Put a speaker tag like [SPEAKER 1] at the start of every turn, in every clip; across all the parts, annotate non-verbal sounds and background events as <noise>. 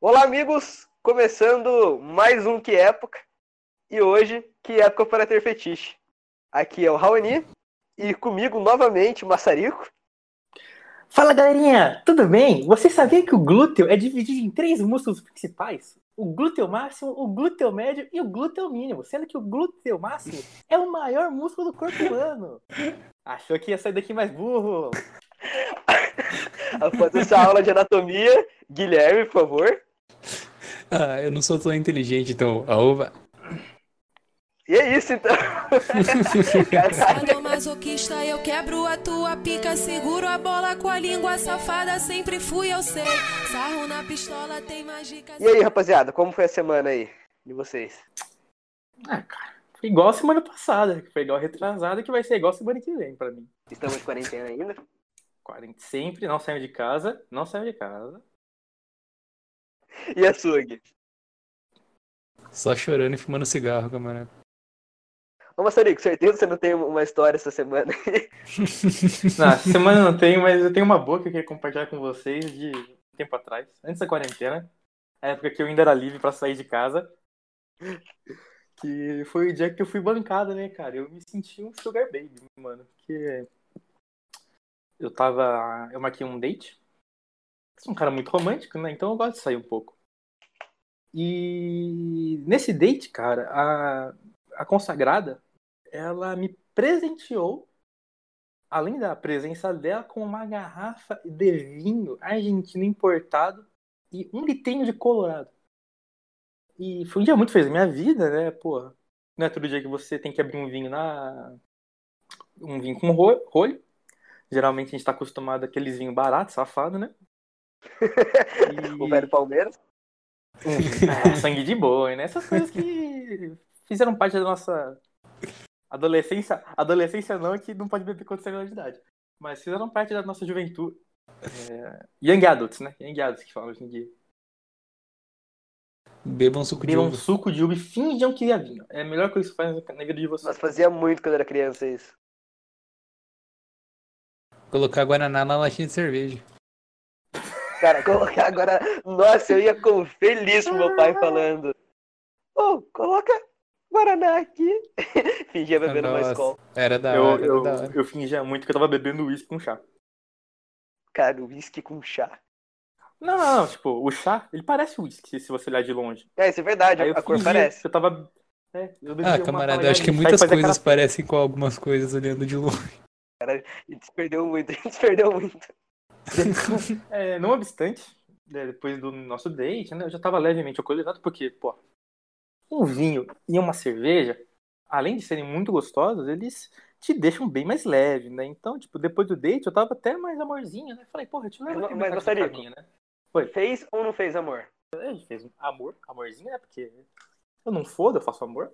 [SPEAKER 1] Olá, amigos! Começando mais um Que Época. E hoje, Que Época para Ter Fetiche. Aqui é o Raoni e comigo novamente o Massarico.
[SPEAKER 2] Fala galerinha, tudo bem? Você sabia que o glúteo é dividido em três músculos principais? O glúteo máximo, o glúteo médio e o glúteo mínimo, sendo que o glúteo máximo é o maior músculo do corpo humano. Achou que ia sair daqui mais burro?
[SPEAKER 1] Após essa aula de anatomia, Guilherme, por favor.
[SPEAKER 3] Ah, eu não sou tão inteligente, então.
[SPEAKER 1] <laughs>
[SPEAKER 3] Aoba.
[SPEAKER 1] E é isso então.
[SPEAKER 4] Quando masoquista eu quebro a tua pica, seguro a bola com a língua safada, sempre fui eu sei. Sarro na pistola tem mágica.
[SPEAKER 1] E aí, rapaziada, como foi a semana aí de vocês?
[SPEAKER 2] Ah, cara, foi igual a semana passada, que foi igual a retrasada, que vai ser igual a semana que vem pra mim.
[SPEAKER 1] Estamos de quarentena ainda?
[SPEAKER 2] 40, sempre não saio de casa, não saio de casa.
[SPEAKER 1] E a sua, Gui?
[SPEAKER 3] Só chorando e fumando
[SPEAKER 1] <laughs>
[SPEAKER 3] cigarro, camarada.
[SPEAKER 1] Ô, Massarico, certeza que você não tem uma história essa semana aí?
[SPEAKER 2] Na semana eu não tenho, mas eu tenho uma boa que eu queria compartilhar com vocês de um tempo atrás, antes da quarentena, a época que eu ainda era livre pra sair de casa. Que foi o dia que eu fui bancada, né, cara? Eu me senti um sugar baby, mano. Porque eu tava. Eu marquei um date. Sou um cara muito romântico, né? Então eu gosto de sair um pouco. E nesse date, cara, a, a consagrada, ela me presenteou, além da presença dela, com uma garrafa de vinho argentino importado e um litrinho de colorado. E foi um dia muito feliz da minha vida, né? Porra, não é todo dia que você tem que abrir um vinho na. Um vinho com ro- rolho. Geralmente a gente tá acostumado àqueles vinhos baratos, safado, né? E-
[SPEAKER 1] <laughs> O velho Palmeiras.
[SPEAKER 2] Ah, sangue de boi, né? Essas coisas que fizeram parte da nossa adolescência. Adolescência não, que não pode beber quando você é menor de idade. Mas fizeram parte da nossa juventude. É... Young adults, né? Young adults que falam hoje em dia.
[SPEAKER 3] Bebam suco de
[SPEAKER 2] Bebam um
[SPEAKER 3] uva.
[SPEAKER 2] suco de uva e finjam que é vinho. É a melhor coisa que você faz na vida de vocês.
[SPEAKER 1] Nós fazia muito quando era criança isso.
[SPEAKER 3] Colocar Guaraná na latinha de cerveja.
[SPEAKER 1] Cara, colocar agora. Nossa, eu ia com feliz pro meu pai falando. Ô, coloca Guaraná aqui. <laughs> Fingia bebendo mais
[SPEAKER 3] Nossa,
[SPEAKER 1] escola.
[SPEAKER 3] Era da
[SPEAKER 2] Eu,
[SPEAKER 3] hora, era
[SPEAKER 2] eu,
[SPEAKER 3] da hora.
[SPEAKER 2] eu fingia muito que eu tava bebendo uísque com chá.
[SPEAKER 1] Cara, um uísque com chá.
[SPEAKER 2] Não, não, não, tipo, o chá, ele parece uísque se você olhar de longe.
[SPEAKER 1] É, isso é verdade,
[SPEAKER 2] Aí eu
[SPEAKER 1] a cor
[SPEAKER 2] fingi
[SPEAKER 1] parece.
[SPEAKER 2] que Eu tava. É, eu bebia
[SPEAKER 3] Ah,
[SPEAKER 2] uma
[SPEAKER 3] camarada, eu
[SPEAKER 2] talher
[SPEAKER 3] acho
[SPEAKER 2] de
[SPEAKER 3] que
[SPEAKER 2] chá e
[SPEAKER 3] muitas
[SPEAKER 2] fazia
[SPEAKER 3] coisas
[SPEAKER 2] cara-
[SPEAKER 3] parecem com algumas coisas olhando de
[SPEAKER 2] <laughs>
[SPEAKER 3] longe.
[SPEAKER 1] A gente se perdeu muito, <laughs> a gente se perdeu muito.
[SPEAKER 2] É, não obstante, né, depois do nosso date, né, eu já tava levemente alcoolizado, porque, pô, um vinho e uma cerveja, além de serem muito gostosos, eles te deixam bem mais leve, né? Então, tipo, depois do date, eu tava até mais amorzinho, né? Falei, porra, eu te levo
[SPEAKER 1] Mas-
[SPEAKER 2] aqui no
[SPEAKER 1] mas
[SPEAKER 2] mercado
[SPEAKER 1] gostaria-
[SPEAKER 2] do caminho, né?
[SPEAKER 1] Fez ou não fez, amor?
[SPEAKER 2] A gente fez um amor, amorzinho, né? Porque eu não foda, eu faço amor.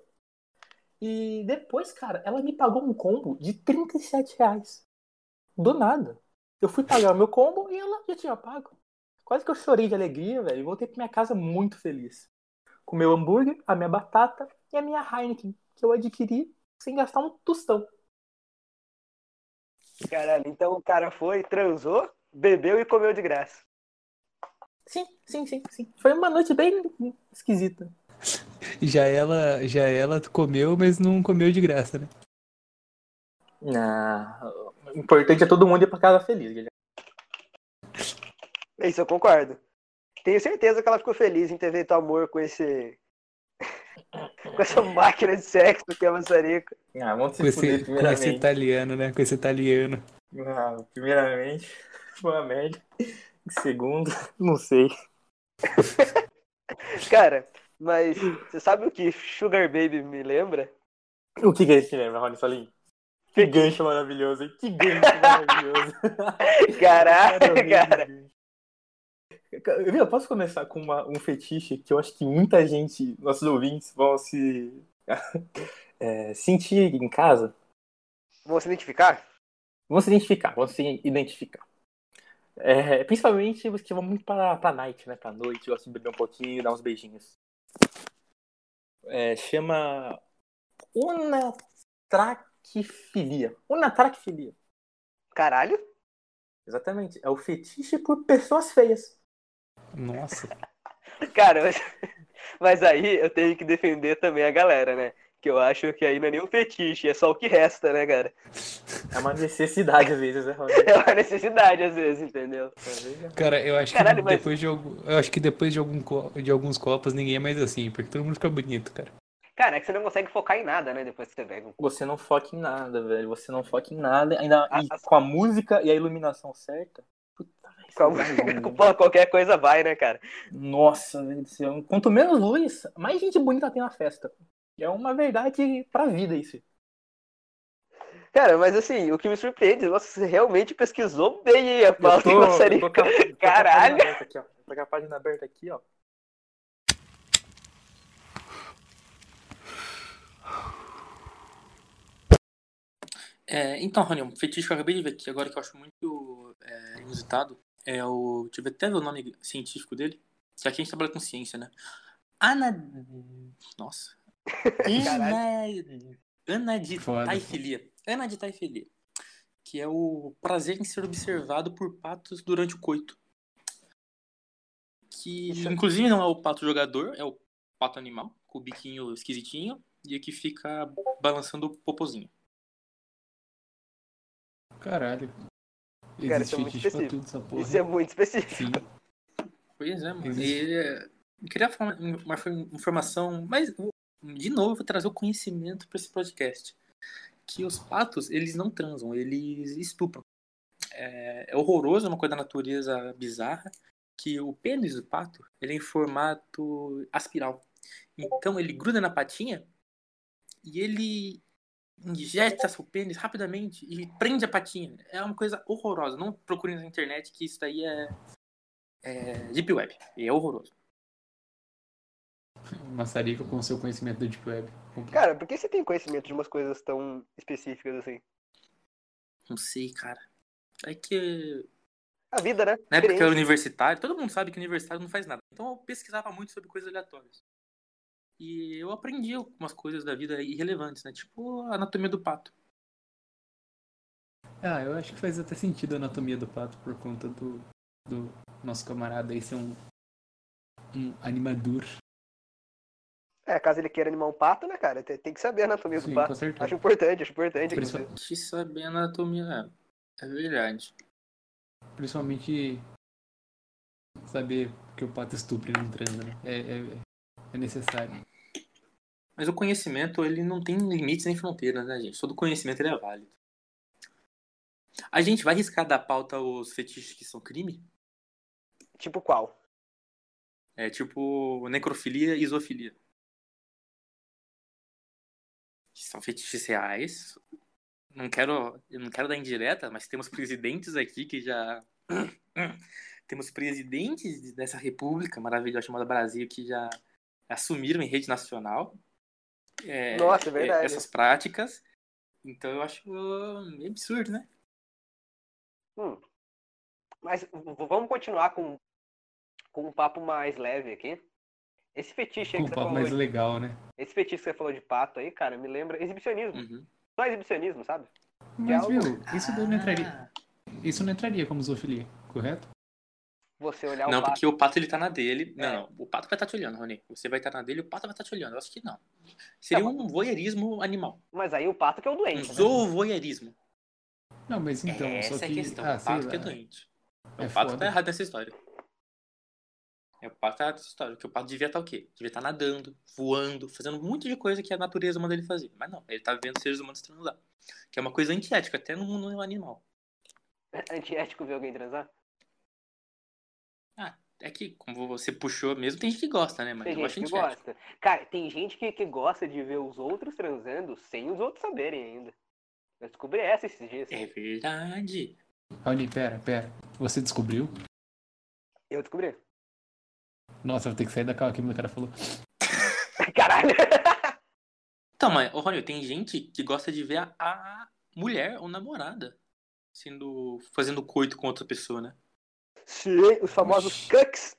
[SPEAKER 2] E depois, cara, ela me pagou um combo de 37 reais. Do nada. Eu fui pagar o meu combo e ela já tinha pago. Quase que eu chorei de alegria, velho. e Voltei pra minha casa muito feliz. Com meu hambúrguer, a minha batata e a minha Heineken, que eu adquiri sem gastar um tostão.
[SPEAKER 1] Caralho, então o cara foi, transou, bebeu e comeu de graça.
[SPEAKER 2] Sim, sim, sim, sim. Foi uma noite bem esquisita.
[SPEAKER 3] Já ela, já ela comeu, mas não comeu de graça, né?
[SPEAKER 2] Não. Ah, O importante é todo mundo ir pra casa feliz, Guilherme.
[SPEAKER 1] É Isso eu concordo. Tenho certeza que ela ficou feliz em ter feito amor com esse. <laughs> com essa máquina de sexo que é a maçarica.
[SPEAKER 2] Ah, vamos
[SPEAKER 3] Com
[SPEAKER 2] se fuder
[SPEAKER 3] esse, com esse
[SPEAKER 2] primeiramente.
[SPEAKER 3] italiano, né? Com esse italiano.
[SPEAKER 2] Ah, primeiramente, <laughs> foi uma merda. Segundo, <laughs> não sei.
[SPEAKER 1] Cara, mas você sabe o que Sugar Baby me lembra?
[SPEAKER 2] O que, que é esse lembra, Rony Solim? Que gancho maravilhoso, hein? Que gancho maravilhoso. Cada
[SPEAKER 1] Caralho,
[SPEAKER 2] vez
[SPEAKER 1] cara.
[SPEAKER 2] um gancho. Viu, eu posso começar com uma- um fetiche que eu acho que muita gente, nossos ouvintes, vão se <laughs> é, sentir em casa.
[SPEAKER 1] Vão se identificar?
[SPEAKER 2] Vão se identificar, vão se identificar. É, principalmente os que vão muito pra, pra night, né? Pra noite, gostam de beber um pouquinho, dar uns beijinhos. é, chama unatraquifilia. Unatraquifilia.
[SPEAKER 1] Caralho?
[SPEAKER 2] Exatamente. É o fetiche por pessoas feias.
[SPEAKER 3] Nossa.
[SPEAKER 1] Cara, mas, mas aí eu tenho que defender também a galera, né? Que eu acho que aí não é nenhum fetiche, é só o que resta, né, cara?
[SPEAKER 2] É uma necessidade às vezes, né, Rogério?
[SPEAKER 1] É uma necessidade às vezes, entendeu?
[SPEAKER 2] é.
[SPEAKER 3] Cara, eu acho que
[SPEAKER 1] Caralho, mas-
[SPEAKER 3] depois de algum, eu acho que depois de, algum co- de alguns copos ninguém é mais assim, porque todo mundo fica bonito, cara.
[SPEAKER 1] Cara, é que você não consegue focar em nada, né? Depois que você bebe.
[SPEAKER 2] Você não foca em nada, velho. Você não foca em nada. Ainda
[SPEAKER 1] Ah,
[SPEAKER 2] e
[SPEAKER 1] ah,
[SPEAKER 2] com a música e a iluminação certa. Puta, velho,
[SPEAKER 1] Com <laughs>
[SPEAKER 2] você vai longe.
[SPEAKER 1] Pô, um qualquer coisa vai, né, cara?
[SPEAKER 2] Nossa, velho do céu. Quanto menos luz, mais gente bonita tem na festa. É uma verdade pra vida isso.
[SPEAKER 1] Cara, mas assim, o que me surpreende, nossa, você realmente pesquisou bem aí a pauta em maçarico.
[SPEAKER 2] eu tô com a- eu tô com a página
[SPEAKER 1] Caralho.
[SPEAKER 2] aberta aqui, ó. Tô com a página aberta aqui, ó. É, então, Rony, um fetiche que eu acabei de ver aqui agora que eu acho muito é, inusitado é o. Deixa eu ver até ver o nome científico dele. Que aqui a gente trabalha com ciência, né? Ana. Nossa. Ana...
[SPEAKER 3] Foda.
[SPEAKER 2] Anaditaifilia. Anaditaifilia. Que é o prazer em ser observado por patos durante o coito. Que
[SPEAKER 1] Isso é-
[SPEAKER 2] inclusive não é o pato jogador, é o pato animal, com o biquinho esquisitinho, e é que fica balançando o popozinho.
[SPEAKER 3] Caralho.
[SPEAKER 1] Cara,
[SPEAKER 3] Existe
[SPEAKER 1] isso é muito
[SPEAKER 3] fetiche pra
[SPEAKER 1] específico.
[SPEAKER 3] tudo essa porra.
[SPEAKER 1] Isso é muito específico.
[SPEAKER 3] Sim.
[SPEAKER 2] Pois é, mano.
[SPEAKER 3] Existe.
[SPEAKER 2] E, é, eu queria falar uma infor- informação, mas de novo eu vou trazer o conhecimento pra esse podcast. Que os patos, eles não transam, eles estupram. É, é horroroso, é uma coisa da natureza bizarra, que o pênis do pato, ele é em formato aspiral. Então ele gruda na patinha e ele injeta seu pênis rapidamente e prende a patinha. É uma coisa horrorosa. Não procurem na internet que isso daí é é, Deep Web. E é horroroso.
[SPEAKER 3] Maçarico com seu conhecimento do Deep Web.
[SPEAKER 1] Cara, por que você tem conhecimento de umas coisas tão específicas assim?
[SPEAKER 2] Não sei, cara. É que
[SPEAKER 1] A vida, né?
[SPEAKER 2] na época que É eu era
[SPEAKER 1] Diferente.
[SPEAKER 2] universitário, todo mundo sabe que universitário não faz nada. Então eu pesquisava muito sobre coisas aleatórias. E eu aprendi algumas coisas da vida irrelevantes, né? Tipo a anatomia do pato.
[SPEAKER 3] Ah, eu acho que faz até sentido a anatomia do pato por conta do, do nosso camarada aí ser um, um animador.
[SPEAKER 1] É, caso ele queira animar um pato, né, cara? Tem, tem que saber a anatomia do
[SPEAKER 3] Sim,
[SPEAKER 1] pato.
[SPEAKER 3] com certeza.
[SPEAKER 1] Acho importante, acho importante.
[SPEAKER 3] Principal-
[SPEAKER 1] inclusive.
[SPEAKER 2] Que saber anatomia. É, é verdade.
[SPEAKER 3] Principalmente saber que o pato estupre não transa, né? É, é- é necessário.
[SPEAKER 2] Mas o conhecimento, ele não tem limites nem fronteiras, né, gente? Todo conhecimento ele é válido. A gente vai riscar da pauta os fetiches que são crime?
[SPEAKER 1] Tipo qual?
[SPEAKER 2] É tipo necrofilia e isofilia. Que são fetiches reais. Não quero, eu não quero dar indireta, mas temos presidentes aqui que já. <coughs> temos presidentes dessa república maravilhosa chamada Brasil que já assumiram em rede nacional é,
[SPEAKER 1] Nossa, é verdade.
[SPEAKER 2] essas práticas. Então eu acho meio absurdo, né?
[SPEAKER 1] Mas v- vamos continuar com, com um papo mais leve aqui. Esse fetiche aí
[SPEAKER 3] Com
[SPEAKER 1] que tá
[SPEAKER 3] o
[SPEAKER 1] você
[SPEAKER 3] papo
[SPEAKER 1] falou.
[SPEAKER 3] mais
[SPEAKER 1] de-
[SPEAKER 3] legal, né?
[SPEAKER 1] Esse fetiche que você falou de pato aí, cara, me lembra exibicionismo.
[SPEAKER 2] Uhum.
[SPEAKER 1] Só exibicionismo, sabe?
[SPEAKER 3] Mas
[SPEAKER 1] algo-
[SPEAKER 3] viu, isso daí não entraria,
[SPEAKER 2] Ah.
[SPEAKER 3] isso não entraria como zoofilia, correto?
[SPEAKER 1] Você olhar
[SPEAKER 2] Não,
[SPEAKER 1] o pato.
[SPEAKER 2] porque o pato ele tá na dele. Não,
[SPEAKER 1] É.
[SPEAKER 2] não. O pato vai estar te olhando, Rony. Você vai estar na dele, o pato vai estar te olhando. Eu acho que não. Seria
[SPEAKER 1] Tá
[SPEAKER 2] um voyeurismo animal.
[SPEAKER 1] Mas aí o pato que é o
[SPEAKER 2] Um
[SPEAKER 1] doente. né?
[SPEAKER 2] zoovoyeurismo.
[SPEAKER 3] Não, mas então,
[SPEAKER 2] Essa
[SPEAKER 3] só que.
[SPEAKER 2] é a questão.
[SPEAKER 3] ah,
[SPEAKER 2] o
[SPEAKER 3] sei
[SPEAKER 2] pato que é
[SPEAKER 3] lá.
[SPEAKER 2] doente.
[SPEAKER 3] É
[SPEAKER 2] o pato
[SPEAKER 3] foda.
[SPEAKER 2] tá errado nessa história. É, o pato tá errado nessa história. Porque o pato devia estar o quê? Devia estar nadando, voando, fazendo um monte de coisa que a natureza manda ele fazer. Mas não, ele tá vendo seres humanos transar. Que é uma coisa antiética, até no mundo animal.
[SPEAKER 1] <laughs> Antiético ver alguém transar.
[SPEAKER 2] É que, como você puxou mesmo, tem gente que gosta, né? Mas
[SPEAKER 1] Tem
[SPEAKER 2] eu
[SPEAKER 1] gente
[SPEAKER 2] acho
[SPEAKER 1] que
[SPEAKER 2] antiético.
[SPEAKER 1] gosta. Cara, tem gente que, que gosta de ver os outros transando sem os outros saberem ainda. Eu descobri essa esses dias.
[SPEAKER 2] É verdade.
[SPEAKER 3] Raoni, pera, pera. Você descobriu?
[SPEAKER 1] Eu descobri. <laughs>
[SPEAKER 3] Nossa, eu vou ter que sair da calma que o cara falou.
[SPEAKER 1] Caralho!
[SPEAKER 2] Então, mas, ô Rony, tem gente que gosta de ver a, a mulher ou namorada sendo, fazendo coito com outra pessoa, né?
[SPEAKER 1] Sim, os famosos cucks.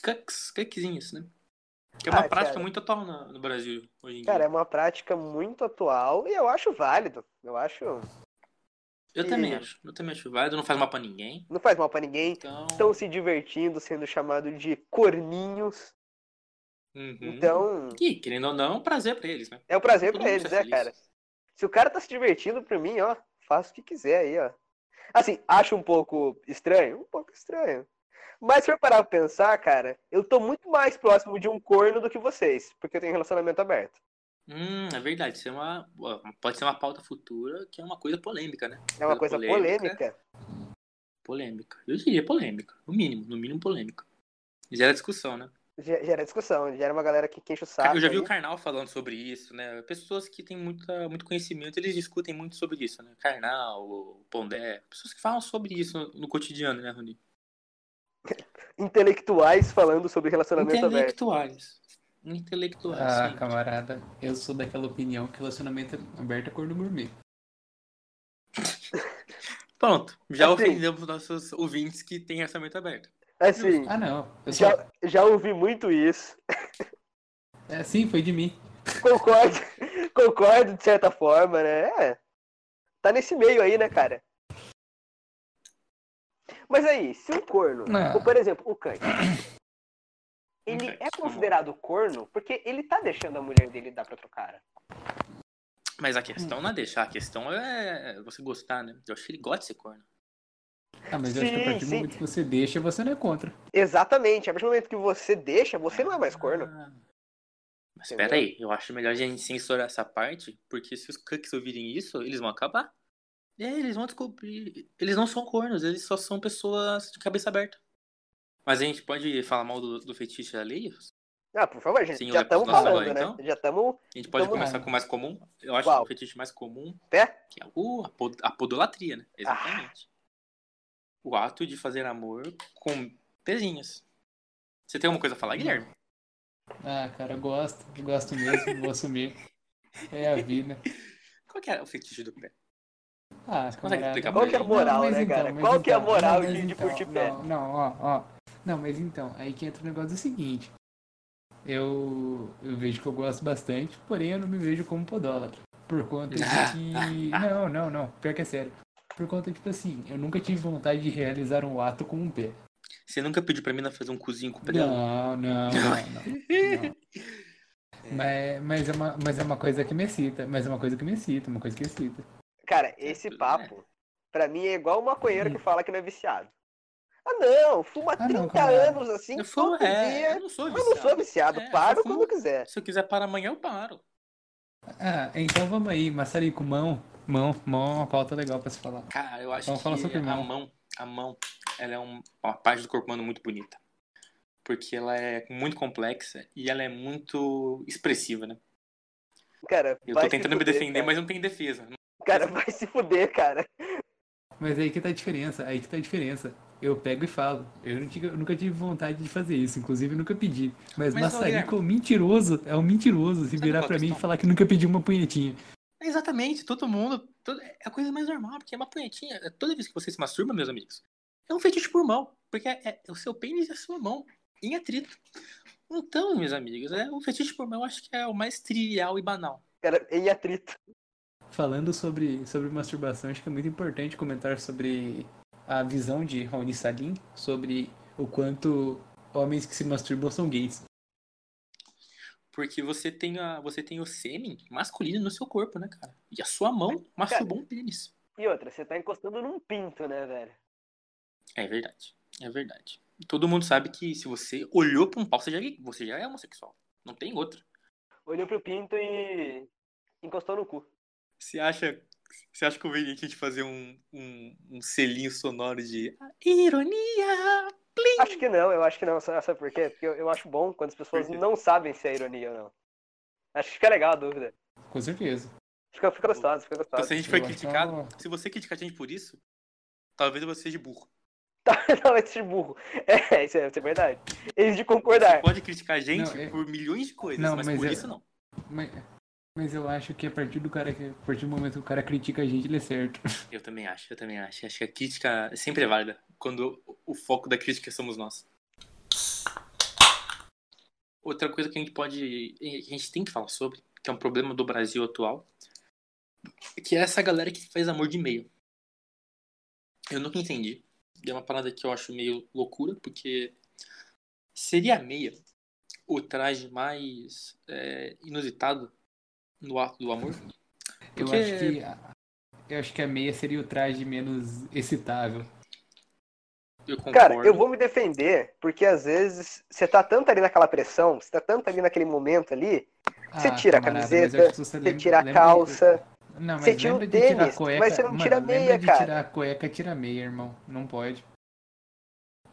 [SPEAKER 2] Cucks, cuckzinhos, né? Que é uma
[SPEAKER 1] Ah,
[SPEAKER 2] prática
[SPEAKER 1] cara.
[SPEAKER 2] muito atual na- no, Brasil hoje em
[SPEAKER 1] Cara, é
[SPEAKER 2] dia.
[SPEAKER 1] uma prática muito atual e eu acho válido. Eu acho.
[SPEAKER 2] Eu
[SPEAKER 1] E-
[SPEAKER 2] também acho. Eu também acho válido, não faz mal pra ninguém.
[SPEAKER 1] Não faz mal pra ninguém.
[SPEAKER 2] Então.
[SPEAKER 1] Estão se divertindo, sendo chamado de corninhos.
[SPEAKER 2] Uhum.
[SPEAKER 1] Então,
[SPEAKER 2] E, querendo ou não, é um prazer pra eles, né?
[SPEAKER 1] é um prazer
[SPEAKER 2] Todo
[SPEAKER 1] pra
[SPEAKER 2] mundo
[SPEAKER 1] eles, né,
[SPEAKER 2] ser feliz.
[SPEAKER 1] cara? Se o cara tá se divertindo pra mim, ó, faça o que quiser aí, ó. Assim, acho um pouco estranho? Um pouco estranho. Mas se eu parar pra pensar, cara, eu tô muito mais próximo de um corno do que vocês, porque eu tenho relacionamento aberto.
[SPEAKER 2] Hum, é verdade. Isso é uma. ó, Pode ser uma pauta futura que é uma coisa polêmica, né?
[SPEAKER 1] É uma coisa polêmica.
[SPEAKER 2] Polêmica. Eu diria polêmica. No mínimo, no mínimo polêmica. Gera discussão, né?
[SPEAKER 1] Ge- Gera discussão, gera uma galera que que enche o saco.
[SPEAKER 2] É eu já vi
[SPEAKER 1] aí.
[SPEAKER 2] o Karnal falando sobre isso, né? Pessoas que têm muita, muito conhecimento, eles discutem muito sobre isso, né? Karnal, o Pondé, pessoas que falam sobre isso no, no cotidiano, né, Rony?
[SPEAKER 1] Intelectuais falando sobre relacionamento aberto.
[SPEAKER 2] Intelectuais. Intelectuais,
[SPEAKER 3] Ah,
[SPEAKER 2] sim.
[SPEAKER 3] camarada, eu sou daquela opinião que relacionamento aberto é corno gourmet.
[SPEAKER 2] Pronto, já
[SPEAKER 1] Assim.
[SPEAKER 2] ofendemos nossos ouvintes que têm orçamento aberto.
[SPEAKER 1] Assim,
[SPEAKER 3] Ah, não. Eu sou...
[SPEAKER 1] já, já ouvi muito isso.
[SPEAKER 3] É, sim, foi de mim.
[SPEAKER 1] Concordo, concordo de certa forma, né? É. Tá nesse meio aí, né, cara? Mas aí, se um corno,
[SPEAKER 3] Não.
[SPEAKER 1] ou, por exemplo, o Kant, ele é
[SPEAKER 2] Kant, vamos lá.
[SPEAKER 1] considerado corno porque ele tá deixando a mulher dele dar pra outro cara.
[SPEAKER 2] Mas a questão não é deixar, a questão é você gostar, né? Eu acho que ele gosta de ser corno.
[SPEAKER 3] Ah, mas eu acho que a
[SPEAKER 1] Sim,
[SPEAKER 3] partir do
[SPEAKER 1] sim.
[SPEAKER 3] momento que você deixa, você não é contra.
[SPEAKER 1] Exatamente, a partir do momento que você deixa, você não é mais corno.
[SPEAKER 2] Ah. Mas
[SPEAKER 1] Entendeu?
[SPEAKER 2] peraí, eu acho melhor a gente censurar essa parte, porque se os cookies ouvirem isso, eles vão acabar. É, eles vão descobrir. Eles não são cornos, eles só são pessoas de cabeça aberta. Mas a gente pode falar mal do, do fetiche alheio?
[SPEAKER 1] Ah, por favor, gente,
[SPEAKER 2] Sim,
[SPEAKER 1] já
[SPEAKER 2] olha,
[SPEAKER 1] estamos
[SPEAKER 2] nossa,
[SPEAKER 1] falando,
[SPEAKER 2] agora,
[SPEAKER 1] né?
[SPEAKER 2] então?
[SPEAKER 1] Já estamos.
[SPEAKER 2] A gente pode
[SPEAKER 1] Então,
[SPEAKER 2] começar
[SPEAKER 3] ah.
[SPEAKER 2] com o mais comum. Eu acho
[SPEAKER 1] Qual?
[SPEAKER 2] que o fetiche mais comum
[SPEAKER 1] Pé?
[SPEAKER 2] que é o- a, pod, a podolatria, né?
[SPEAKER 1] Ah.
[SPEAKER 2] Exatamente. O ato de fazer amor com pezinhos. Você tem alguma coisa a
[SPEAKER 1] Hum.
[SPEAKER 2] falar, Guilherme?
[SPEAKER 3] Ah, cara, eu gosto. Eu gosto mesmo, vou assumir. É a vida.
[SPEAKER 2] Qual que é o fetiche do pé?
[SPEAKER 3] Ah,
[SPEAKER 2] consegue
[SPEAKER 3] camarada.
[SPEAKER 2] explicar
[SPEAKER 1] Qual que é a moral,
[SPEAKER 3] mas então,
[SPEAKER 1] né, cara? Qual que é a moral de- de curtir
[SPEAKER 3] não,
[SPEAKER 1] pé?
[SPEAKER 3] Não, ó, ó. Não, mas então, aí que entra o negócio do seguinte. Eu, eu vejo que eu gosto bastante, porém eu não me vejo como podólatra. Por conta
[SPEAKER 2] <laughs>
[SPEAKER 3] de que. Não, não, não. Pior que é sério. Por conta, tipo assim, eu nunca tive vontade de realizar um ato com um pé.
[SPEAKER 2] Você nunca pediu pra mina fazer um cozinho com o pé dela?
[SPEAKER 3] Não, não, não, não.
[SPEAKER 2] <laughs>
[SPEAKER 3] não. Mas, mas, é uma, mas é uma coisa que me excita. Mas é uma coisa que me excita, uma coisa que excita.
[SPEAKER 1] Cara, esse
[SPEAKER 2] tudo,
[SPEAKER 1] papo, pra mim, é igual o maconheiro que
[SPEAKER 2] <coughs>
[SPEAKER 1] fala que não é viciado. Ah, não, fuma
[SPEAKER 3] não,
[SPEAKER 1] 30
[SPEAKER 3] camarada.
[SPEAKER 1] anos assim,
[SPEAKER 2] Eu
[SPEAKER 1] todo
[SPEAKER 2] fumo, é,
[SPEAKER 1] dia.
[SPEAKER 2] eu não sou
[SPEAKER 1] Mas não sou
[SPEAKER 2] viciado.
[SPEAKER 1] viciado,
[SPEAKER 2] É, só
[SPEAKER 1] paro
[SPEAKER 2] fumo.
[SPEAKER 1] quando quiser.
[SPEAKER 2] Se eu quiser parar amanhã, eu paro.
[SPEAKER 3] Ah, então vamos aí, maçarico, mão. Mão, mão é uma pauta legal pra se falar.
[SPEAKER 2] Cara, eu acho
[SPEAKER 3] Então fala
[SPEAKER 2] que
[SPEAKER 3] sobre
[SPEAKER 2] a
[SPEAKER 3] mão.
[SPEAKER 2] mão, a mão, ela é um- uma parte do corpo humano muito bonita. Porque ela é muito complexa e ela é muito expressiva, né?
[SPEAKER 1] Cara,
[SPEAKER 2] Eu
[SPEAKER 1] vai se
[SPEAKER 2] tô tentando me
[SPEAKER 1] fuder,
[SPEAKER 2] defender,
[SPEAKER 1] cara.
[SPEAKER 2] mas não tem defesa.
[SPEAKER 1] Cara, vai se fuder, cara.
[SPEAKER 3] Mas aí que tá a diferença, aí que tá a diferença. Eu pego e falo. Eu, não tive- eu nunca tive vontade de fazer isso, inclusive eu nunca pedi. Mas,
[SPEAKER 2] Mas, ô,
[SPEAKER 3] maçarico
[SPEAKER 2] Guilherme.
[SPEAKER 3] é um mentiroso, é um mentiroso se
[SPEAKER 2] Sabe
[SPEAKER 3] virar
[SPEAKER 2] qual a
[SPEAKER 3] pra mim e
[SPEAKER 2] questão?
[SPEAKER 3] falar que nunca pediu uma punhetinha.
[SPEAKER 2] É Exatamente, todo mundo. todo- é a coisa mais normal, porque é uma punhetinha. é Toda vez que você se masturba, meus amigos, é um fetiche por mão. Porque é, é o seu pênis e a sua mão em atrito. Então, meus amigos, é, o fetiche por mão eu acho que é o mais trivial e banal.
[SPEAKER 1] Cara, em atrito.
[SPEAKER 3] Falando sobre, sobre masturbação, acho que é muito importante comentar sobre a visão de Raoni Salim sobre o quanto homens que se masturbam são gays.
[SPEAKER 2] Porque você tem, a, você tem o sêmen masculino no seu corpo, né, cara? E a sua mão masturbou um pênis.
[SPEAKER 1] E outra, você tá encostando num pinto, né, velho?
[SPEAKER 2] É verdade, é verdade. Todo mundo sabe que se você olhou pra um pau, você já, é- você já é homossexual. Não tem outra.
[SPEAKER 1] Olhou pro pinto e encostou no cu.
[SPEAKER 2] Você acha, você acha conveniente a gente fazer um, um, um selinho sonoro de ironia?
[SPEAKER 1] Acho que não, eu acho que não. Sabe sabe por quê? Porque eu, eu acho bom quando as pessoas
[SPEAKER 2] Por quê?
[SPEAKER 1] não sabem se é ironia ou não. Acho que fica legal a dúvida.
[SPEAKER 3] Com certeza.
[SPEAKER 1] Fica, fica gostoso, fica
[SPEAKER 2] Então,
[SPEAKER 1] gostoso.
[SPEAKER 2] se a gente foi
[SPEAKER 3] Eu acho
[SPEAKER 2] criticado,
[SPEAKER 3] que
[SPEAKER 2] se você criticar a gente por isso, talvez você seja burro.
[SPEAKER 1] <laughs> Não, esse burro. É, isso é, isso é verdade. Eis de concordar.
[SPEAKER 2] Você pode criticar a gente
[SPEAKER 3] Não, é-
[SPEAKER 2] por milhões de coisas,
[SPEAKER 3] Não,
[SPEAKER 2] mas,
[SPEAKER 3] mas
[SPEAKER 2] por
[SPEAKER 3] é-
[SPEAKER 2] isso não.
[SPEAKER 3] Mas, mas eu acho que a partir do cara que, a partir do momento que o cara critica a gente, ele é certo.
[SPEAKER 2] Eu também acho, eu também acho. Acho que a crítica sempre é válida, quando o- o foco da crítica somos nós. Outra coisa que a gente pode. que a gente tem que falar sobre, que é um problema do Brasil atual, que é essa galera que faz amor de meio. Eu nunca entendi. E é uma parada que eu acho meio loucura, porque seria a meia o traje mais é, inusitado no ato do amor?
[SPEAKER 3] Eu
[SPEAKER 2] Porque-
[SPEAKER 3] acho que. a- Eu acho que a meia seria o traje menos excitável.
[SPEAKER 2] Eu concordo.
[SPEAKER 1] Cara, eu vou me defender, porque às vezes você tá tanto ali naquela pressão, você tá tanto ali naquele momento ali, Você tira a
[SPEAKER 3] Ah, camarada,
[SPEAKER 1] camiseta,
[SPEAKER 3] mas eu acho que se
[SPEAKER 1] você
[SPEAKER 3] lembra-
[SPEAKER 1] tira a
[SPEAKER 3] lembra-
[SPEAKER 1] calça.
[SPEAKER 3] Não, mas
[SPEAKER 1] você tira o
[SPEAKER 3] lembra de tirar a
[SPEAKER 1] tênis,
[SPEAKER 3] cueca.
[SPEAKER 1] mas você não
[SPEAKER 3] Mano,
[SPEAKER 1] tira a
[SPEAKER 3] lembra
[SPEAKER 1] meia,
[SPEAKER 3] de
[SPEAKER 1] cara.
[SPEAKER 3] tirar a cueca, tira a meia, irmão. Não pode.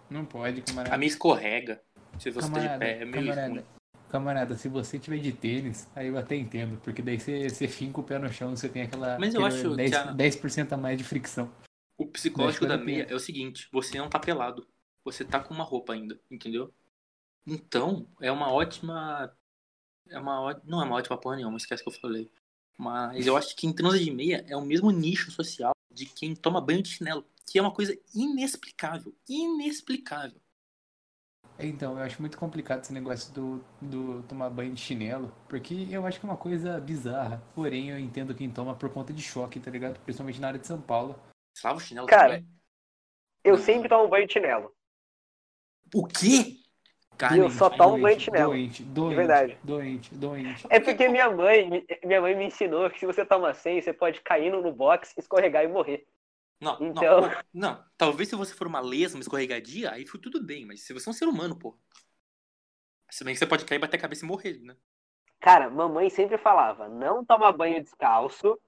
[SPEAKER 3] Não pode, camarada.
[SPEAKER 2] A minha escorrega. Se você tá de
[SPEAKER 3] Camarada,
[SPEAKER 2] pé, é meio ruim.
[SPEAKER 3] camarada, camarada, se você tiver de tênis, aí eu até entendo, porque daí você, você finca o pé no chão, você tem aquela
[SPEAKER 2] Mas eu
[SPEAKER 3] aquela
[SPEAKER 2] acho que
[SPEAKER 3] 10,
[SPEAKER 2] a-
[SPEAKER 3] 10% a mais de fricção.
[SPEAKER 2] O psicológico
[SPEAKER 3] Mas vale
[SPEAKER 2] da
[SPEAKER 3] a pena.
[SPEAKER 2] meia é o seguinte, você não tá pelado. Você tá com uma roupa ainda, entendeu? Então, é uma ótima. É uma ó- Não é uma ótima porra nenhuma, esquece que eu falei. Mas eu acho que quem transa de meia é o mesmo nicho social de quem toma banho de chinelo. Que é uma coisa inexplicável. Inexplicável.
[SPEAKER 3] Então, eu acho muito complicado esse negócio do, do tomar banho de chinelo, porque eu acho que é uma coisa bizarra. Porém, eu entendo quem toma por conta de choque, tá ligado? Principalmente na área de São Paulo.
[SPEAKER 2] Você lava o chinelo
[SPEAKER 1] Cara.
[SPEAKER 2] também?
[SPEAKER 1] Eu
[SPEAKER 2] Não.
[SPEAKER 1] sempre tomo banho de chinelo.
[SPEAKER 2] O quê? Cara,
[SPEAKER 1] Eu só tomo banho de
[SPEAKER 3] doente,
[SPEAKER 1] chinelo.
[SPEAKER 3] doente, doente,
[SPEAKER 1] verdade.
[SPEAKER 3] doente, doente.
[SPEAKER 1] É porque minha mãe, minha mãe me ensinou que se você toma 100, você pode cair no no box, escorregar e morrer.
[SPEAKER 2] não, não,
[SPEAKER 1] Então,
[SPEAKER 2] não. Talvez se você for uma lesma escorregadia, aí foi tudo bem. Mas se você é um ser humano, porra. Se bem que você pode cair, bater a cabeça e morrer, né?
[SPEAKER 1] cara, mamãe sempre falava: não toma banho descalço.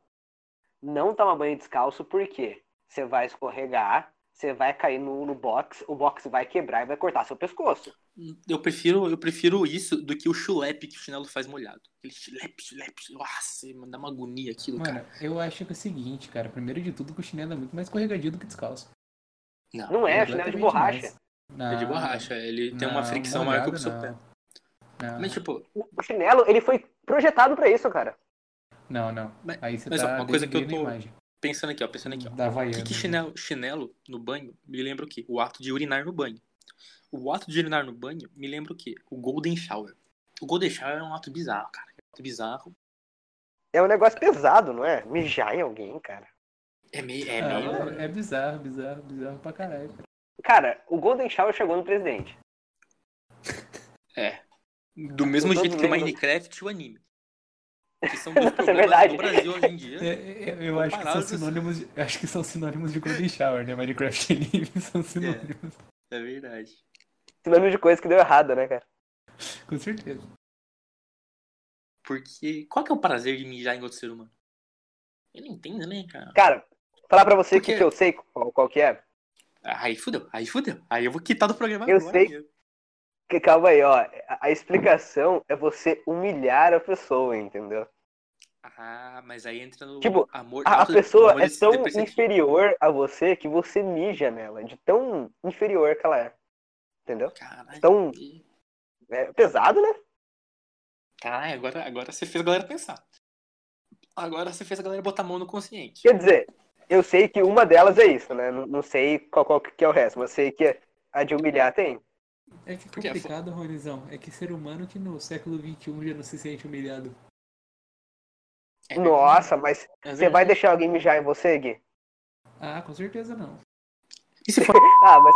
[SPEAKER 1] Não toma banho descalço, porque você vai escorregar, você vai cair no, no box, o box vai quebrar e vai cortar seu pescoço.
[SPEAKER 2] Eu prefiro, eu prefiro isso do que o chulepe que o chinelo faz molhado. Aquele chulepe, chulepe. Nossa, mano, dá uma agonia aquilo, cara.
[SPEAKER 3] Mano, eu acho que é o seguinte, cara. Primeiro de tudo, que o chinelo é muito mais escorregadio do que descalço.
[SPEAKER 2] Não,
[SPEAKER 1] Não é, chinelo de
[SPEAKER 3] Completamente
[SPEAKER 1] borracha.
[SPEAKER 3] mais. Não,
[SPEAKER 2] é de borracha. Ele tem uma
[SPEAKER 3] não,
[SPEAKER 2] fricção maior que o
[SPEAKER 3] molhado,
[SPEAKER 2] seu
[SPEAKER 3] não.
[SPEAKER 2] pé.
[SPEAKER 3] Não,
[SPEAKER 2] Mas, tipo,
[SPEAKER 1] O chinelo, ele foi projetado pra isso, cara.
[SPEAKER 3] não, não.
[SPEAKER 2] Mas-
[SPEAKER 3] Aí você
[SPEAKER 2] mas, ó,
[SPEAKER 3] tá
[SPEAKER 2] uma coisa que eu
[SPEAKER 3] defendendo
[SPEAKER 2] tô
[SPEAKER 3] a imagem
[SPEAKER 2] pensando aqui, ó, pensando aqui, ó.
[SPEAKER 3] da
[SPEAKER 2] O
[SPEAKER 3] Havaiana. né?
[SPEAKER 2] que, que chinelo, chinelo no banho me lembra o quê? O ato de urinar no banho. O ato de urinar no banho me lembra o quê? O Golden Shower. O Golden Shower é um ato bizarro, cara. É um ato bizarro.
[SPEAKER 1] É um negócio pesado, não é? Mijar em alguém, cara.
[SPEAKER 2] É meio. É meio...
[SPEAKER 3] Ah, é bizarro, bizarro, bizarro pra caralho. cara.
[SPEAKER 1] Cara, o Golden Shower chegou no presidente.
[SPEAKER 2] Do mesmo
[SPEAKER 1] Todo
[SPEAKER 2] jeito que o
[SPEAKER 1] mundo.
[SPEAKER 2] Minecraft e
[SPEAKER 1] <laughs>
[SPEAKER 2] o anime. Que são dois
[SPEAKER 1] Nossa, é
[SPEAKER 2] problemas
[SPEAKER 1] verdade.
[SPEAKER 2] do Brasil hoje em dia.
[SPEAKER 3] É, é, eu, acho que são
[SPEAKER 2] Comparados-
[SPEAKER 3] sinônimos de, eu acho que são sinônimos de Golden Shower, né? Minecraft <laughs> e anime são sinônimos.
[SPEAKER 2] É verdade.
[SPEAKER 1] Sinônimo de coisa que deu errado, né, cara?
[SPEAKER 3] Com certeza.
[SPEAKER 2] Porque qual que é o prazer de mijar em outro ser humano? Eu não entendo, né, cara?
[SPEAKER 1] Cara, falar pra você o
[SPEAKER 2] Porque-
[SPEAKER 1] que, que eu sei qual, qual que é.
[SPEAKER 2] Ah, Aí fudeu, aí fudeu. Aí eu vou quitar do programa
[SPEAKER 1] Eu
[SPEAKER 2] agora.
[SPEAKER 1] sei.
[SPEAKER 2] mesmo.
[SPEAKER 1] Que, calma aí, ó. A, a explicação é você humilhar a pessoa, entendeu?
[SPEAKER 2] Ah, mas aí entra no
[SPEAKER 1] Tipo,
[SPEAKER 2] amor.
[SPEAKER 1] A, a
[SPEAKER 2] auto-
[SPEAKER 1] pessoa
[SPEAKER 2] amor
[SPEAKER 1] é tão
[SPEAKER 2] depreciativo.
[SPEAKER 1] inferior a você que você mija nela, de tão inferior que ela é. Entendeu?
[SPEAKER 2] Caralho.
[SPEAKER 1] Tão é, pesado, né?
[SPEAKER 2] Caralho, agora, agora você fez a galera pensar. Agora você fez a galera botar a mão no consciente.
[SPEAKER 1] Quer dizer, eu sei que uma delas é isso, né? Não, não sei qual, qual que é o resto, mas sei que a de humilhar tem.
[SPEAKER 3] É que é
[SPEAKER 2] Porque a fo-
[SPEAKER 3] complicado, Ronizão. É que ser humano que no século XXI já não se sente humilhado.
[SPEAKER 2] É verdade.
[SPEAKER 1] Nossa, mas
[SPEAKER 2] É
[SPEAKER 1] você
[SPEAKER 2] verdade.
[SPEAKER 1] vai deixar alguém mijar em você, Gui?
[SPEAKER 3] Ah, com certeza não.
[SPEAKER 2] <laughs> E se for
[SPEAKER 1] Ah, mas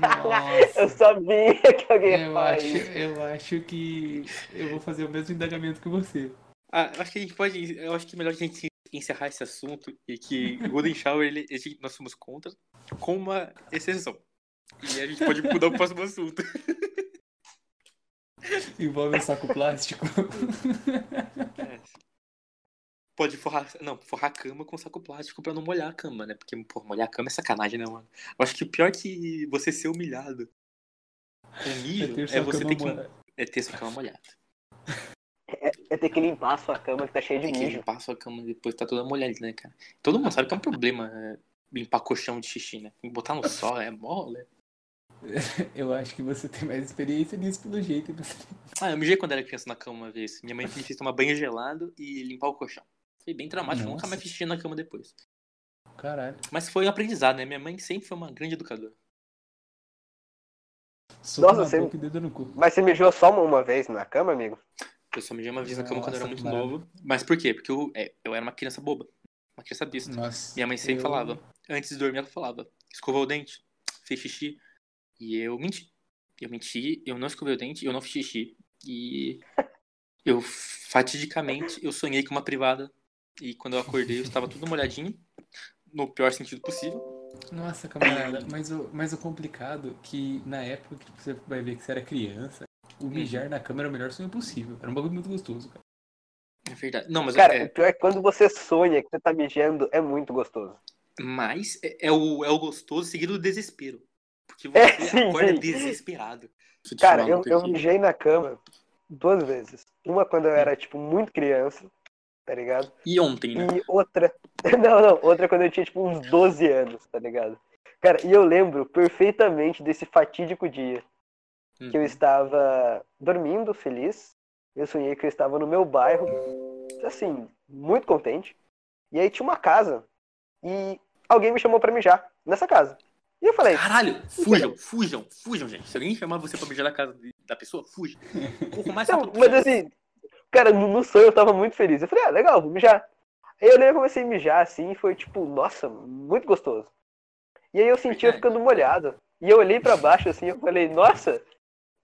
[SPEAKER 3] Nossa.
[SPEAKER 1] eu sabia <laughs> que alguém ia
[SPEAKER 3] Eu
[SPEAKER 1] falar
[SPEAKER 3] acho,
[SPEAKER 1] isso.
[SPEAKER 3] eu acho que eu vou fazer o mesmo indagamento que você.
[SPEAKER 2] Ah, eu acho que a gente pode. Eu acho que é melhor a gente encerrar esse assunto e que o Golden Shower ele, ele- nós somos contra, com uma exceção. E a gente pode mudar o próximo assunto. <laughs>
[SPEAKER 3] Envolve um saco
[SPEAKER 2] <laughs>
[SPEAKER 3] plástico. <laughs>
[SPEAKER 2] Pode forrar. Não, forrar a cama com saco plástico pra não molhar a cama, né? Porque, pô, molhar a cama é sacanagem, né, mano? Eu acho que o pior que você ser humilhado com mijo é,
[SPEAKER 3] sua
[SPEAKER 2] você
[SPEAKER 3] cama
[SPEAKER 2] ter que.
[SPEAKER 3] molhada.
[SPEAKER 2] É ter sua cama molhada.
[SPEAKER 1] É ter que limpar a sua cama que tá cheia de
[SPEAKER 2] Tem que
[SPEAKER 1] mijo.
[SPEAKER 2] limpar a sua cama depois, tá toda molhada, né, cara? Todo mundo sabe que é um problema né, limpar colchão de xixi, né? Botar no sol é mole.
[SPEAKER 3] Eu acho que você tem mais experiência nisso pelo jeito.
[SPEAKER 2] Ah, eu mijei quando era criança na cama uma vez. Minha mãe me fez tomar banho gelado e limpar o colchão. Foi bem traumático, eu nunca
[SPEAKER 3] Nossa.
[SPEAKER 2] mais fiz xixi na cama depois.
[SPEAKER 3] Caralho.
[SPEAKER 2] Mas foi um aprendizado, né? Minha mãe sempre foi uma grande educadora.
[SPEAKER 3] Soco
[SPEAKER 1] Nossa,
[SPEAKER 3] na
[SPEAKER 1] você-
[SPEAKER 3] boca e dedo no cu.
[SPEAKER 1] Mas você mijou só uma- uma vez na cama, amigo?
[SPEAKER 2] Eu só mijei uma vez na cama quando eu era
[SPEAKER 3] Nossa,
[SPEAKER 2] muito
[SPEAKER 3] que maravilha.
[SPEAKER 2] novo. Mas por quê? Porque eu, é, eu era uma criança boba. Uma criança besta.
[SPEAKER 3] Nossa.
[SPEAKER 2] Minha mãe sempre
[SPEAKER 3] eu-
[SPEAKER 2] falava, Antes de dormir, ela falava: escovou o dente, fez xixi. E eu menti. Eu menti, eu não escovei o dente, eu não fiz xixi.
[SPEAKER 1] <laughs>
[SPEAKER 2] E eu, fatidicamente, eu sonhei com uma privada. E quando eu acordei, eu estava tudo molhadinho, no pior sentido possível.
[SPEAKER 3] Nossa, camarada, mas o, mas o complicado é que na época que você vai ver que você era criança, o
[SPEAKER 2] Uhum.
[SPEAKER 3] mijar na cama era o melhor sonho possível. Era um bagulho muito gostoso, cara.
[SPEAKER 2] É verdade. Não, mas
[SPEAKER 1] Cara,
[SPEAKER 2] é,
[SPEAKER 1] o pior é que quando você sonha que você tá mijando, é muito gostoso.
[SPEAKER 2] mas é, é o, é o gostoso seguido do desespero. Porque você
[SPEAKER 1] É, sim,
[SPEAKER 2] acorda
[SPEAKER 1] sim.
[SPEAKER 2] desesperado. Deixa eu te
[SPEAKER 1] Cara,
[SPEAKER 2] falar, um
[SPEAKER 1] eu,
[SPEAKER 2] Lucas,
[SPEAKER 1] eu
[SPEAKER 2] que-
[SPEAKER 1] mijei na cama duas vezes. Uma quando eu era, tipo, muito criança, tá ligado?
[SPEAKER 2] E ontem, né?
[SPEAKER 1] E outra. <laughs> Não, não, outra quando eu tinha, tipo, uns 12 anos, tá ligado? Cara, e eu lembro perfeitamente desse fatídico dia
[SPEAKER 2] Hum.
[SPEAKER 1] que eu estava dormindo, feliz. Eu sonhei que eu estava no meu bairro, assim, muito contente. E aí tinha uma casa. E alguém me chamou pra mijar nessa casa. E eu falei,
[SPEAKER 2] Caralho, fujam, fujam, fujam, gente. Se alguém chamar você pra mijar na casa de- da pessoa, fuja. Corra o mais
[SPEAKER 1] Então,
[SPEAKER 2] rápido
[SPEAKER 1] mas
[SPEAKER 2] possível.
[SPEAKER 1] assim, cara, no, no sonho eu tava muito feliz. Eu falei, ah, legal, vou mijar. Aí eu lembro que eu comecei a mijar assim e foi tipo, nossa, muito gostoso. E aí eu senti eu ficando molhado. E eu olhei pra baixo assim e eu falei, nossa,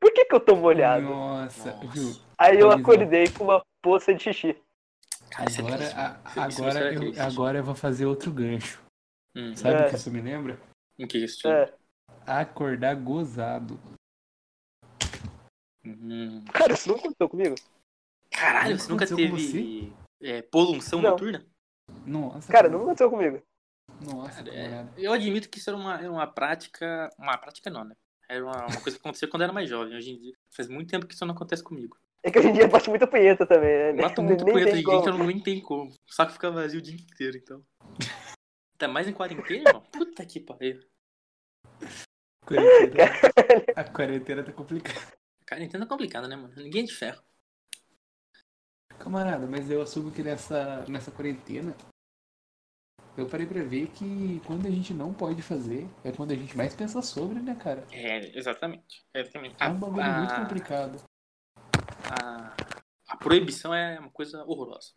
[SPEAKER 1] por que que eu tô molhado?
[SPEAKER 3] Nossa,
[SPEAKER 2] Nossa.
[SPEAKER 3] viu?
[SPEAKER 1] Aí eu
[SPEAKER 3] Pois é.
[SPEAKER 1] acordei com uma poça de xixi.
[SPEAKER 2] Cara, isso é
[SPEAKER 3] Agora,
[SPEAKER 2] triste.
[SPEAKER 3] a-
[SPEAKER 2] Isso- isso
[SPEAKER 3] agora,
[SPEAKER 2] é triste.
[SPEAKER 3] eu, agora eu vou fazer outro gancho.
[SPEAKER 2] Hum,
[SPEAKER 3] Sabe o
[SPEAKER 1] É.
[SPEAKER 3] que isso me lembra?
[SPEAKER 2] o que é isso?
[SPEAKER 1] É.
[SPEAKER 3] Acordar gozado.
[SPEAKER 2] Hum.
[SPEAKER 1] Cara, isso não aconteceu comigo.
[SPEAKER 2] Caralho, você
[SPEAKER 3] Nunca
[SPEAKER 2] nunca
[SPEAKER 3] aconteceu
[SPEAKER 2] teve é, polunção
[SPEAKER 1] Não.
[SPEAKER 2] noturna?
[SPEAKER 3] Nossa.
[SPEAKER 1] Cara, não aconteceu comigo.
[SPEAKER 3] Nossa,
[SPEAKER 2] Cara, é,
[SPEAKER 3] camarada.
[SPEAKER 2] eu admito que isso era uma, era uma prática. Uma prática não, né? Era uma, uma coisa que acontecia quando eu era mais jovem. Hoje em dia, faz muito tempo que isso não acontece comigo.
[SPEAKER 1] É que hoje em dia bate muita punheta também,
[SPEAKER 2] Eu
[SPEAKER 1] né?
[SPEAKER 2] mato muito punheta de
[SPEAKER 1] tem como.
[SPEAKER 2] gente, eu não nem tem como. O saco fica vazio o dia inteiro,
[SPEAKER 3] <laughs>
[SPEAKER 2] então. Ainda mais em quarentena, irmão? Puta que pariu. <laughs>
[SPEAKER 3] Quarentena- A quarentena tá complicada.
[SPEAKER 2] Quarentena é complicada, né, mano? Ninguém é de ferro.
[SPEAKER 3] Camarada, mas eu assumo que nessa, nessa quarentena eu parei pra ver que quando a gente não pode fazer é quando a gente mais pensa sobre, né, cara?
[SPEAKER 2] É, exatamente. É, exatamente.
[SPEAKER 3] É um bagulho muito
[SPEAKER 2] ah.
[SPEAKER 3] complicado.
[SPEAKER 2] a- a proibição é uma coisa horrorosa.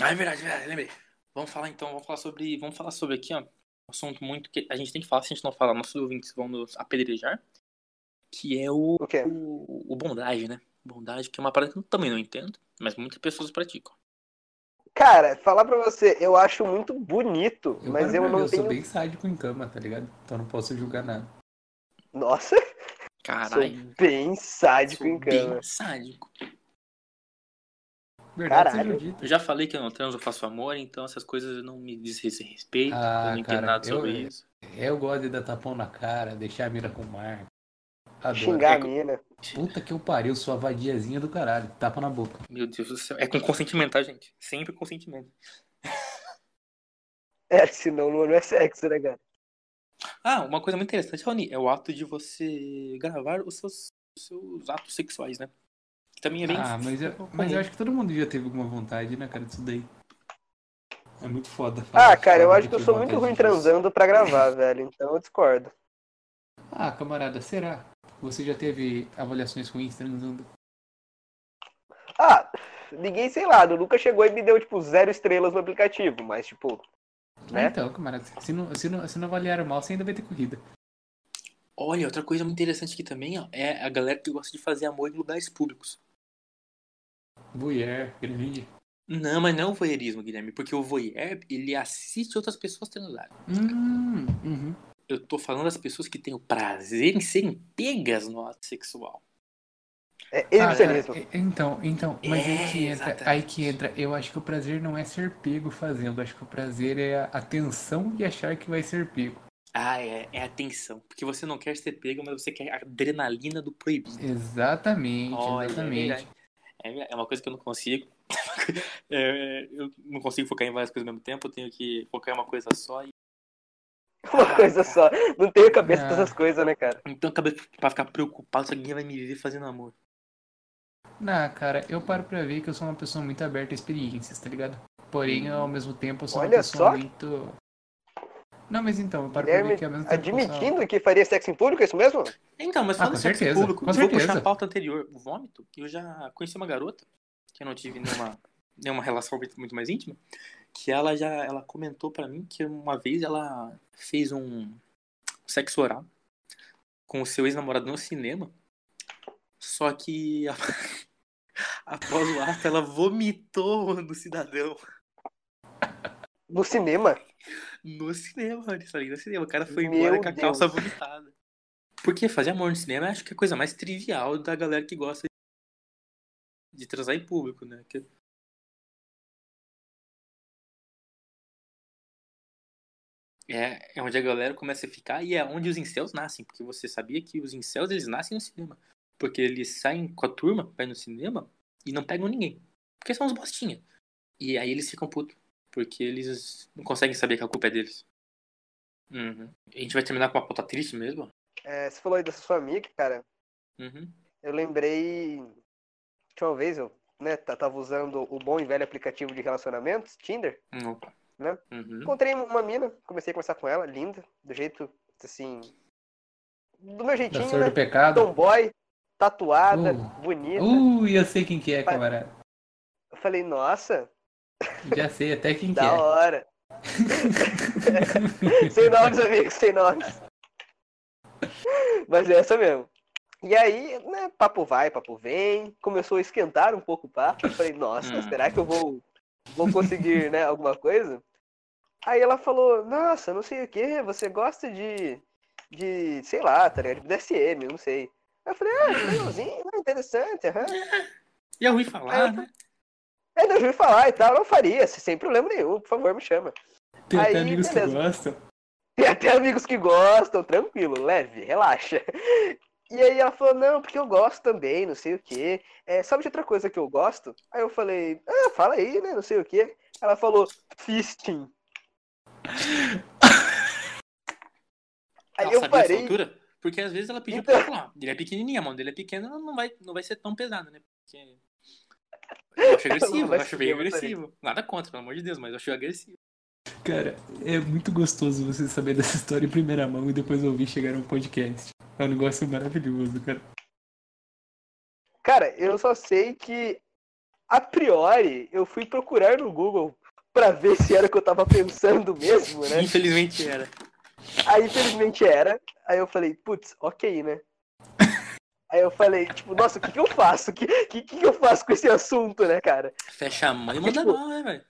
[SPEAKER 2] Ah, é verdade, é verdade, lembrei. Vamos falar então, vamos falar sobre. Vamos falar sobre aqui, ó. Um assunto muito que a gente tem que falar, se a gente não falar, nossos ouvintes vão nos apedrejar. Que é o,
[SPEAKER 1] O quê?
[SPEAKER 2] o, o bondage, né? Bondage, que é uma parada que eu também não entendo, mas muitas pessoas praticam.
[SPEAKER 1] Cara, falar pra você, eu acho muito bonito,
[SPEAKER 3] Eu
[SPEAKER 1] mas
[SPEAKER 3] paro
[SPEAKER 1] eu
[SPEAKER 3] pra ver,
[SPEAKER 1] não
[SPEAKER 3] eu
[SPEAKER 1] tenho.
[SPEAKER 3] sou bem sádico em cama, tá ligado? Então não posso julgar nada.
[SPEAKER 1] Nossa,
[SPEAKER 2] Caralho.
[SPEAKER 1] sou bem sádico
[SPEAKER 2] sou
[SPEAKER 1] em cama.
[SPEAKER 2] Bem sádico.
[SPEAKER 3] Verdade
[SPEAKER 1] Caralho.
[SPEAKER 3] seja dita.
[SPEAKER 2] Eu já falei que eu não transo, eu faço amor, então essas coisas não me dizem esse respeito.
[SPEAKER 3] Ah,
[SPEAKER 2] eu não entendo
[SPEAKER 3] cara,
[SPEAKER 2] nada
[SPEAKER 3] eu-
[SPEAKER 2] sobre isso.
[SPEAKER 3] É, Eu gosto de dar tapão na cara, deixar a mira com o mar. Adoro.
[SPEAKER 1] Xingar
[SPEAKER 2] É
[SPEAKER 1] a
[SPEAKER 2] que-
[SPEAKER 1] mina.
[SPEAKER 3] Puta que eu pariu, sua vadiazinha do caralho. Tapa na boca.
[SPEAKER 2] Meu Deus do céu. É com consentimento, tá, gente? Sempre consentimento.
[SPEAKER 1] É, senão não é sexo, né, cara?
[SPEAKER 2] Ah, uma coisa muito interessante, Rony, é o ato de você gravar os seus, os seus atos sexuais, né? Que também é bem.
[SPEAKER 3] Ah, mas eu, mas eu acho que todo mundo já teve alguma vontade, né, cara, disso daí. É muito foda. falar-
[SPEAKER 1] Ah, cara, eu
[SPEAKER 3] falar
[SPEAKER 1] acho que eu
[SPEAKER 3] tive
[SPEAKER 1] sou muito
[SPEAKER 3] vontade
[SPEAKER 1] ruim
[SPEAKER 3] disso.
[SPEAKER 1] transando pra gravar, velho. Então eu discordo.
[SPEAKER 3] Ah, camarada, será? Você já teve avaliações ruins transando?
[SPEAKER 1] Ah, ninguém, sei lá, o Lucas chegou e me deu, tipo, zero estrelas no aplicativo, mas, tipo,
[SPEAKER 3] Ah,
[SPEAKER 1] né?
[SPEAKER 3] Então, camarada, se não, se, não, se não avaliaram mal, você ainda vai ter corrida.
[SPEAKER 2] Olha, outra coisa muito interessante aqui também, ó, é a galera que gosta de fazer amor em lugares públicos.
[SPEAKER 3] Mulher, é, grande.
[SPEAKER 2] Não, mas não é o voyeurismo, Guilherme, porque o voyeur, ele assiste outras pessoas transarem.
[SPEAKER 3] Hum, uhum.
[SPEAKER 2] Eu tô falando das pessoas que têm o prazer em serem pegas no ato sexual.
[SPEAKER 1] É
[SPEAKER 3] Ah, cara,
[SPEAKER 1] exibicionismo.
[SPEAKER 3] e- então, então, mas aí que
[SPEAKER 2] É,
[SPEAKER 3] entra, aí
[SPEAKER 2] exatamente.
[SPEAKER 3] que entra, eu acho que o prazer não é ser pego fazendo, acho que o prazer é a atenção de achar que vai ser pego.
[SPEAKER 2] Ah, é, é a tensão. Porque você não quer ser pega, mas você quer a adrenalina do proibido.
[SPEAKER 3] Exatamente,
[SPEAKER 2] Olha,
[SPEAKER 3] exatamente.
[SPEAKER 2] verdade. É, verdade. É uma coisa que eu não consigo. <laughs> É, eu não consigo focar em várias coisas ao mesmo tempo. Eu tenho que focar em uma coisa só. E...
[SPEAKER 1] <laughs> Uma coisa só. Não tenho cabeça
[SPEAKER 3] Ah.
[SPEAKER 1] pra essas coisas, né, cara?
[SPEAKER 2] Então eu acabei pra ficar preocupado se alguém vai me ver fazendo amor.
[SPEAKER 3] Na cara, eu paro pra ver que eu sou uma pessoa muito aberta a experiências, tá ligado? Porém, ao mesmo tempo, eu sou uma
[SPEAKER 1] Olha
[SPEAKER 3] pessoa
[SPEAKER 1] só.
[SPEAKER 3] muito. Não, mas então, eu paro pra ver
[SPEAKER 1] Guilherme
[SPEAKER 3] que ao mesmo tempo. eu sou-
[SPEAKER 1] admitindo que faria sexo em público, é isso mesmo?
[SPEAKER 2] Então, mas
[SPEAKER 3] Ah,
[SPEAKER 2] falando
[SPEAKER 3] com
[SPEAKER 2] de sexo
[SPEAKER 3] certeza,
[SPEAKER 2] público,
[SPEAKER 3] com
[SPEAKER 2] eu vou
[SPEAKER 3] certeza.
[SPEAKER 2] puxar a pauta anterior. O vômito, eu já conheci uma garota, que eu não tive nenhuma, nenhuma relação muito mais íntima, que ela já ela comentou pra mim que uma vez ela fez um sexo oral com o seu ex-namorado no cinema. Só que <laughs> a- após o ato ela vomitou no cidadão
[SPEAKER 1] No cinema?
[SPEAKER 2] no cinema, olha isso aí, no cinema. O cara foi
[SPEAKER 1] Meu
[SPEAKER 2] embora com a calça
[SPEAKER 1] Deus.
[SPEAKER 2] vomitada. Porque fazer amor no cinema acho que é a coisa mais trivial da galera que gosta de transar em público, né? Que- É, é onde a galera começa a ficar e é onde os incels nascem, porque você sabia que os incels eles nascem no cinema. Porque eles saem com a turma, vai no cinema e não pegam ninguém. Porque são uns bostinha. E aí eles ficam putos, porque eles não conseguem saber que a culpa é deles. Uhum. A gente vai terminar com uma pauta triste mesmo?
[SPEAKER 1] É, você falou aí da sua amiga, cara.
[SPEAKER 2] Uhum.
[SPEAKER 1] Eu lembrei de uma vez, eu né, tá- tava usando o bom e velho aplicativo de relacionamentos, Tinder.
[SPEAKER 2] Hum, Opa.
[SPEAKER 1] Né?
[SPEAKER 3] Hum.
[SPEAKER 2] Uhum.
[SPEAKER 1] Encontrei uma mina, comecei a conversar com ela, linda, do jeito, assim. Do meu
[SPEAKER 3] Da
[SPEAKER 1] jeitinho,
[SPEAKER 3] Senhora do
[SPEAKER 1] né?
[SPEAKER 3] Pecado.
[SPEAKER 1] Tomboy, tatuada,
[SPEAKER 3] Uh.
[SPEAKER 1] bonita.
[SPEAKER 3] Uh, eu sei quem que é, camarada.
[SPEAKER 1] Eu falei, nossa,
[SPEAKER 3] Já sei até quem
[SPEAKER 1] <laughs>
[SPEAKER 3] que
[SPEAKER 1] da
[SPEAKER 3] é. <laughs>
[SPEAKER 1] hora. sem nomes, amigos, sem nomes. Mas é essa mesmo. E aí, né, papo vai, papo vem. Começou a esquentar um pouco o papo. Eu falei, nossa,
[SPEAKER 2] Hum.
[SPEAKER 1] será que eu vou, vou conseguir, né, alguma coisa? Aí ela falou, nossa, não sei o que, você gosta de, de, sei lá, tá ligado? De DSM, eu não sei. Aí Eu falei,
[SPEAKER 3] <laughs>
[SPEAKER 1] ah, legalzinho, interessante, aham.
[SPEAKER 2] E é ruim falar, né?
[SPEAKER 1] Aí eu ouvi falar e tal, eu faria, sem problema nenhum, por favor, me chama.
[SPEAKER 3] Tem até
[SPEAKER 1] Aí,
[SPEAKER 3] amigos que
[SPEAKER 1] beleza.
[SPEAKER 3] gostam.
[SPEAKER 1] <laughs> Tem até amigos que gostam, tranquilo, leve, relaxa. E aí ela falou, não, porque eu gosto também, não sei o quê. É, sabe de outra coisa que eu gosto? Aí eu falei, ah, fala aí, né, não sei o quê. Ela falou, fisting. Aí
[SPEAKER 2] Ela
[SPEAKER 1] eu
[SPEAKER 2] sabia essa
[SPEAKER 1] parei,
[SPEAKER 2] altura? Porque às vezes ela pediu
[SPEAKER 1] Então-
[SPEAKER 2] pra falar. Ele é pequenininho, a mão dele é pequena, ela não vai, não vai ser tão pesada, né?
[SPEAKER 1] <laughs>
[SPEAKER 2] Porque... Eu acho
[SPEAKER 1] Não
[SPEAKER 2] agressivo,
[SPEAKER 1] vai
[SPEAKER 2] eu acho
[SPEAKER 1] ser,
[SPEAKER 2] bem
[SPEAKER 1] eu gostaria.
[SPEAKER 2] agressivo. Nada contra, pelo amor de Deus, mas eu achei agressivo.
[SPEAKER 3] Cara, é muito gostoso você saber dessa história em primeira mão e depois ouvir chegar um podcast. É um negócio maravilhoso, cara.
[SPEAKER 1] cara, eu só sei que, a priori, eu fui procurar no Google pra ver se era o que eu tava pensando mesmo, né?
[SPEAKER 2] Infelizmente era.
[SPEAKER 1] Aí, infelizmente, era. Aí eu falei, putz, ok,
[SPEAKER 2] <laughs>
[SPEAKER 1] né? Aí eu falei, tipo, nossa, o que, que eu faço? O que, que, que eu faço com esse assunto, né, cara?
[SPEAKER 2] Fecha a mão
[SPEAKER 1] <laughs>
[SPEAKER 2] e manda
[SPEAKER 1] Tipo-
[SPEAKER 2] mal, né, velho?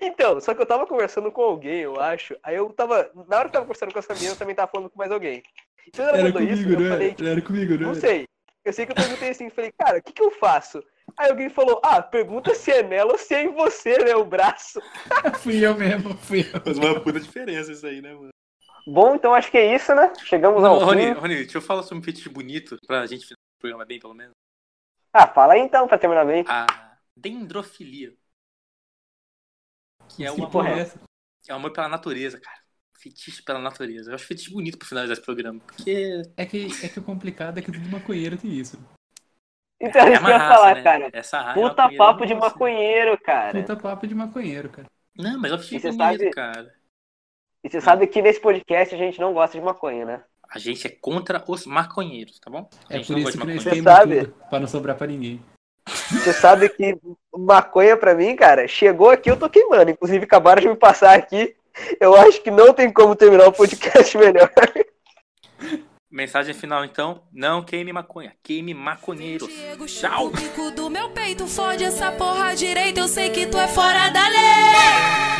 [SPEAKER 1] Então, só que eu tava conversando com alguém, eu acho. Aí eu tava. Na hora que eu tava conversando com essa menina, eu também tava falando com mais alguém. Então ela
[SPEAKER 3] Era
[SPEAKER 1] mandou
[SPEAKER 3] comigo,
[SPEAKER 1] isso,
[SPEAKER 3] não é?
[SPEAKER 1] eu
[SPEAKER 2] né?
[SPEAKER 1] falei, é um
[SPEAKER 3] era? Era comigo, não é?
[SPEAKER 1] não
[SPEAKER 3] era?
[SPEAKER 1] sei. Eu sei que eu perguntei assim, falei, cara, o que, que eu faço? Aí alguém falou, ah, pergunta se é nela ou se é em você, né, o braço.
[SPEAKER 3] Fui eu mesmo, fui eu.
[SPEAKER 2] É, Faz uma puta diferença isso aí, né, mano?
[SPEAKER 1] Bom, então acho que é isso, né? Chegamos ao
[SPEAKER 2] Rony,
[SPEAKER 1] fim.
[SPEAKER 2] Rony, deixa eu falar sobre um fetiche bonito pra gente finalizar o programa bem, pelo menos.
[SPEAKER 1] Ah, fala aí então, pra terminar bem.
[SPEAKER 2] A dendrofilia. Que é
[SPEAKER 3] Que
[SPEAKER 2] o amor,
[SPEAKER 3] porra é essa?
[SPEAKER 2] é o amor pela natureza, cara. Fetiche pela natureza. Eu acho fetiche bonito pra finalizar esse programa. Porque
[SPEAKER 3] É que, é que o complicado é que todo maconheiro tem isso.
[SPEAKER 1] Então,
[SPEAKER 2] é
[SPEAKER 1] isso que eu
[SPEAKER 2] uma
[SPEAKER 1] ia
[SPEAKER 2] raça,
[SPEAKER 1] falar,
[SPEAKER 2] né?
[SPEAKER 1] cara.
[SPEAKER 2] Essa raça é
[SPEAKER 1] Puta
[SPEAKER 2] maconheira,
[SPEAKER 1] papo de
[SPEAKER 2] nossa.
[SPEAKER 1] maconheiro, cara.
[SPEAKER 3] Puta papo de maconheiro, cara.
[SPEAKER 2] Não, mas é um
[SPEAKER 1] E
[SPEAKER 2] fetiche
[SPEAKER 1] você
[SPEAKER 2] bonito,
[SPEAKER 1] sabe-
[SPEAKER 2] cara.
[SPEAKER 1] E você sabe que nesse podcast a gente não gosta de maconha, né?
[SPEAKER 2] A gente é contra os maconheiros, tá bom? A
[SPEAKER 3] É
[SPEAKER 2] gente
[SPEAKER 3] por
[SPEAKER 2] não gosta de
[SPEAKER 3] isso que nós
[SPEAKER 2] maconheiro.
[SPEAKER 1] Você
[SPEAKER 3] temos
[SPEAKER 1] sabe?
[SPEAKER 3] tudo, pra não sobrar pra ninguém.
[SPEAKER 1] Você sabe que maconha pra mim, cara, chegou aqui, eu tô queimando. Inclusive, acabaram de me passar aqui. Eu acho que não tem como terminar o podcast <laughs> melhor.
[SPEAKER 2] Mensagem final, então. Não queime maconha. Queime maconheiros.
[SPEAKER 4] Diego, chupa
[SPEAKER 2] Tchau!
[SPEAKER 4] o bico do meu peito, fode essa porra direita, eu sei que tu é fora da lei.